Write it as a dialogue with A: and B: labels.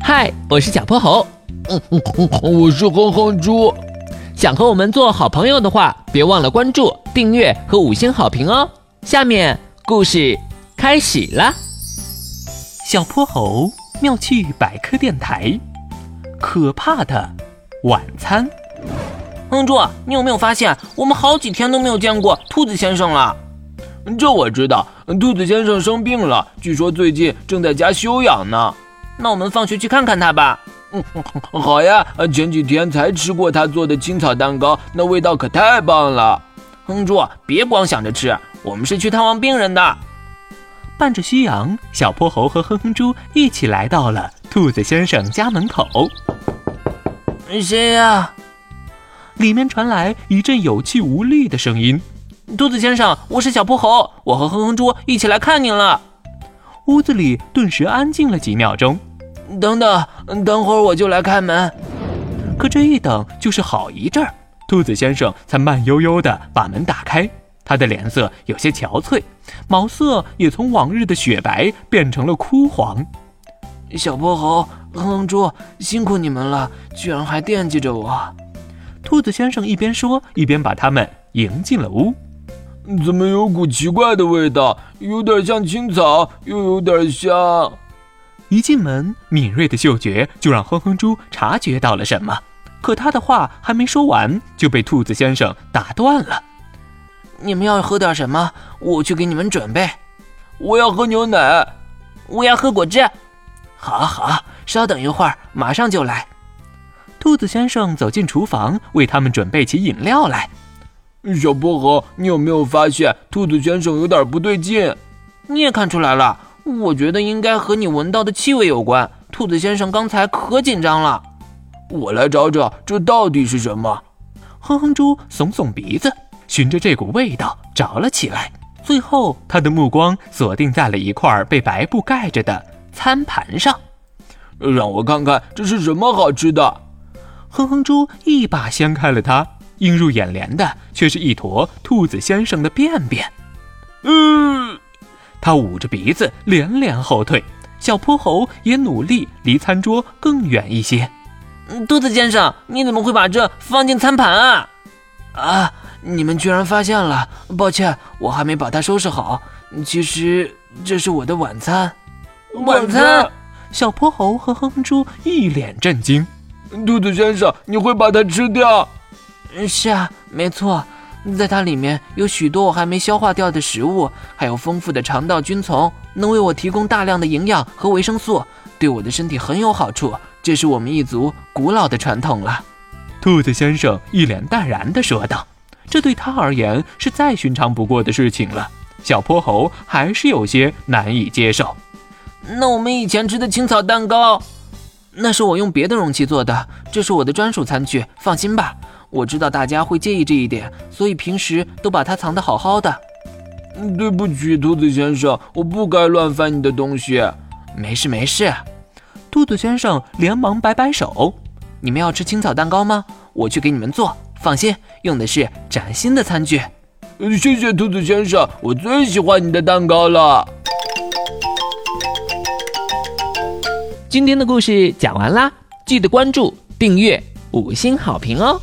A: 嗨，我是小泼猴。
B: 嗯嗯嗯，我是哼哼猪。
A: 想和我们做好朋友的话，别忘了关注、订阅和五星好评哦。下面故事开始啦！
C: 小泼猴妙趣百科电台，可怕的晚餐。
D: 哼猪，啊你有没有发现我们好几天都没有见过兔子先生了？
B: 这我知道，兔子先生生病了，据说最近正在家休养呢。
D: 那我们放学去看看他吧。
B: 嗯，好呀，呃前几天才吃过他做的青草蛋糕，那味道可太棒了。
D: 哼猪，啊别光想着吃，我们是去探望病人的。
C: 伴着虚阳，小泼猴和哼哼猪一起来到了兔子先生家门口。
D: 谁呀、
C: 里面传来一阵有气无力的声音。
D: 兔子先生，我是小泼猴，我和哼哼猪一起来看您了。
C: 屋子里顿时安静了几秒钟，
D: 等等，等会儿我就来开门。
C: 可这一等就是好一阵儿，兔子先生才慢悠悠地把门打开。他的脸色有些憔悴，毛色也从往日的雪白变成了枯黄。
D: 小泼猴，哼哼猪，辛苦你们了，居然还惦记着我。
C: 兔子先生一边说，一边把他们迎进了屋。
B: 怎么有股奇怪的味道？有点像青草，又有点像……
C: 一进门，敏锐的嗅觉就让哼哼猪察觉到了什么，可他的话还没说完，就被兔子先生打断了。
D: 你们要喝点什么？我去给你们准备。
B: 我要喝牛奶。
D: 我要喝果汁。好啊好啊，稍等一会儿，马上就来。
C: 兔子先生走进厨房，为他们准备起饮料来。
B: 小泼猴，你有没有发现兔子先生有点不对劲？
D: 你也看出来了，我觉得应该和你闻到的气味有关。兔子先生刚才可紧张了。
B: 我来找找，这到底是什么？
C: 哼哼猪耸耸鼻子，循着这股味道找了起来。最后，他的目光锁定在了一块被白布盖着的餐盘上。
B: 让我看看这是什么好吃的。
C: 哼哼猪一把掀开了它，映入眼帘的却是一坨兔子先生的便便。
B: 嗯，
C: 他捂着鼻子连连后退，小泼猴也努力离餐桌更远一些。
D: 嗯兔子先生，你怎么会把这放进餐盘啊？啊，你们居然发现了！抱歉，我还没把它收拾好。其实这是我的晚餐。晚餐
C: 小泼猴和哼哼猪一脸震惊。
B: 兔子先生，你会把它吃掉？
D: 嗯是啊，没错，在它里面有许多我还没消化掉的食物，还有丰富的肠道菌丛，能为我提供大量的营养和维生素，对我的身体很有好处。这是我们一族古老的传统了。
C: 兔子先生一脸淡然地说道：“这对他而言是再寻常不过的事情了。”小泼猴还是有些难以接受。
D: 那我们以前吃的青草蛋糕，那是我用别的容器做的，这是我的专属餐具，放心吧。我知道大家会介意这一点，所以平时都把它藏得好好的。
B: 对不起，兔子先生，我不该乱翻你的东西。
D: 没事没事，
C: 兔子先生连忙摆摆手，
D: 你们要吃青草蛋糕吗？我去给你们做，放心，用的是崭新的餐具。
B: 谢谢兔子先生，我最喜欢你的蛋糕了。
A: 今天的故事讲完啦，记得关注、订阅、五星好评哦。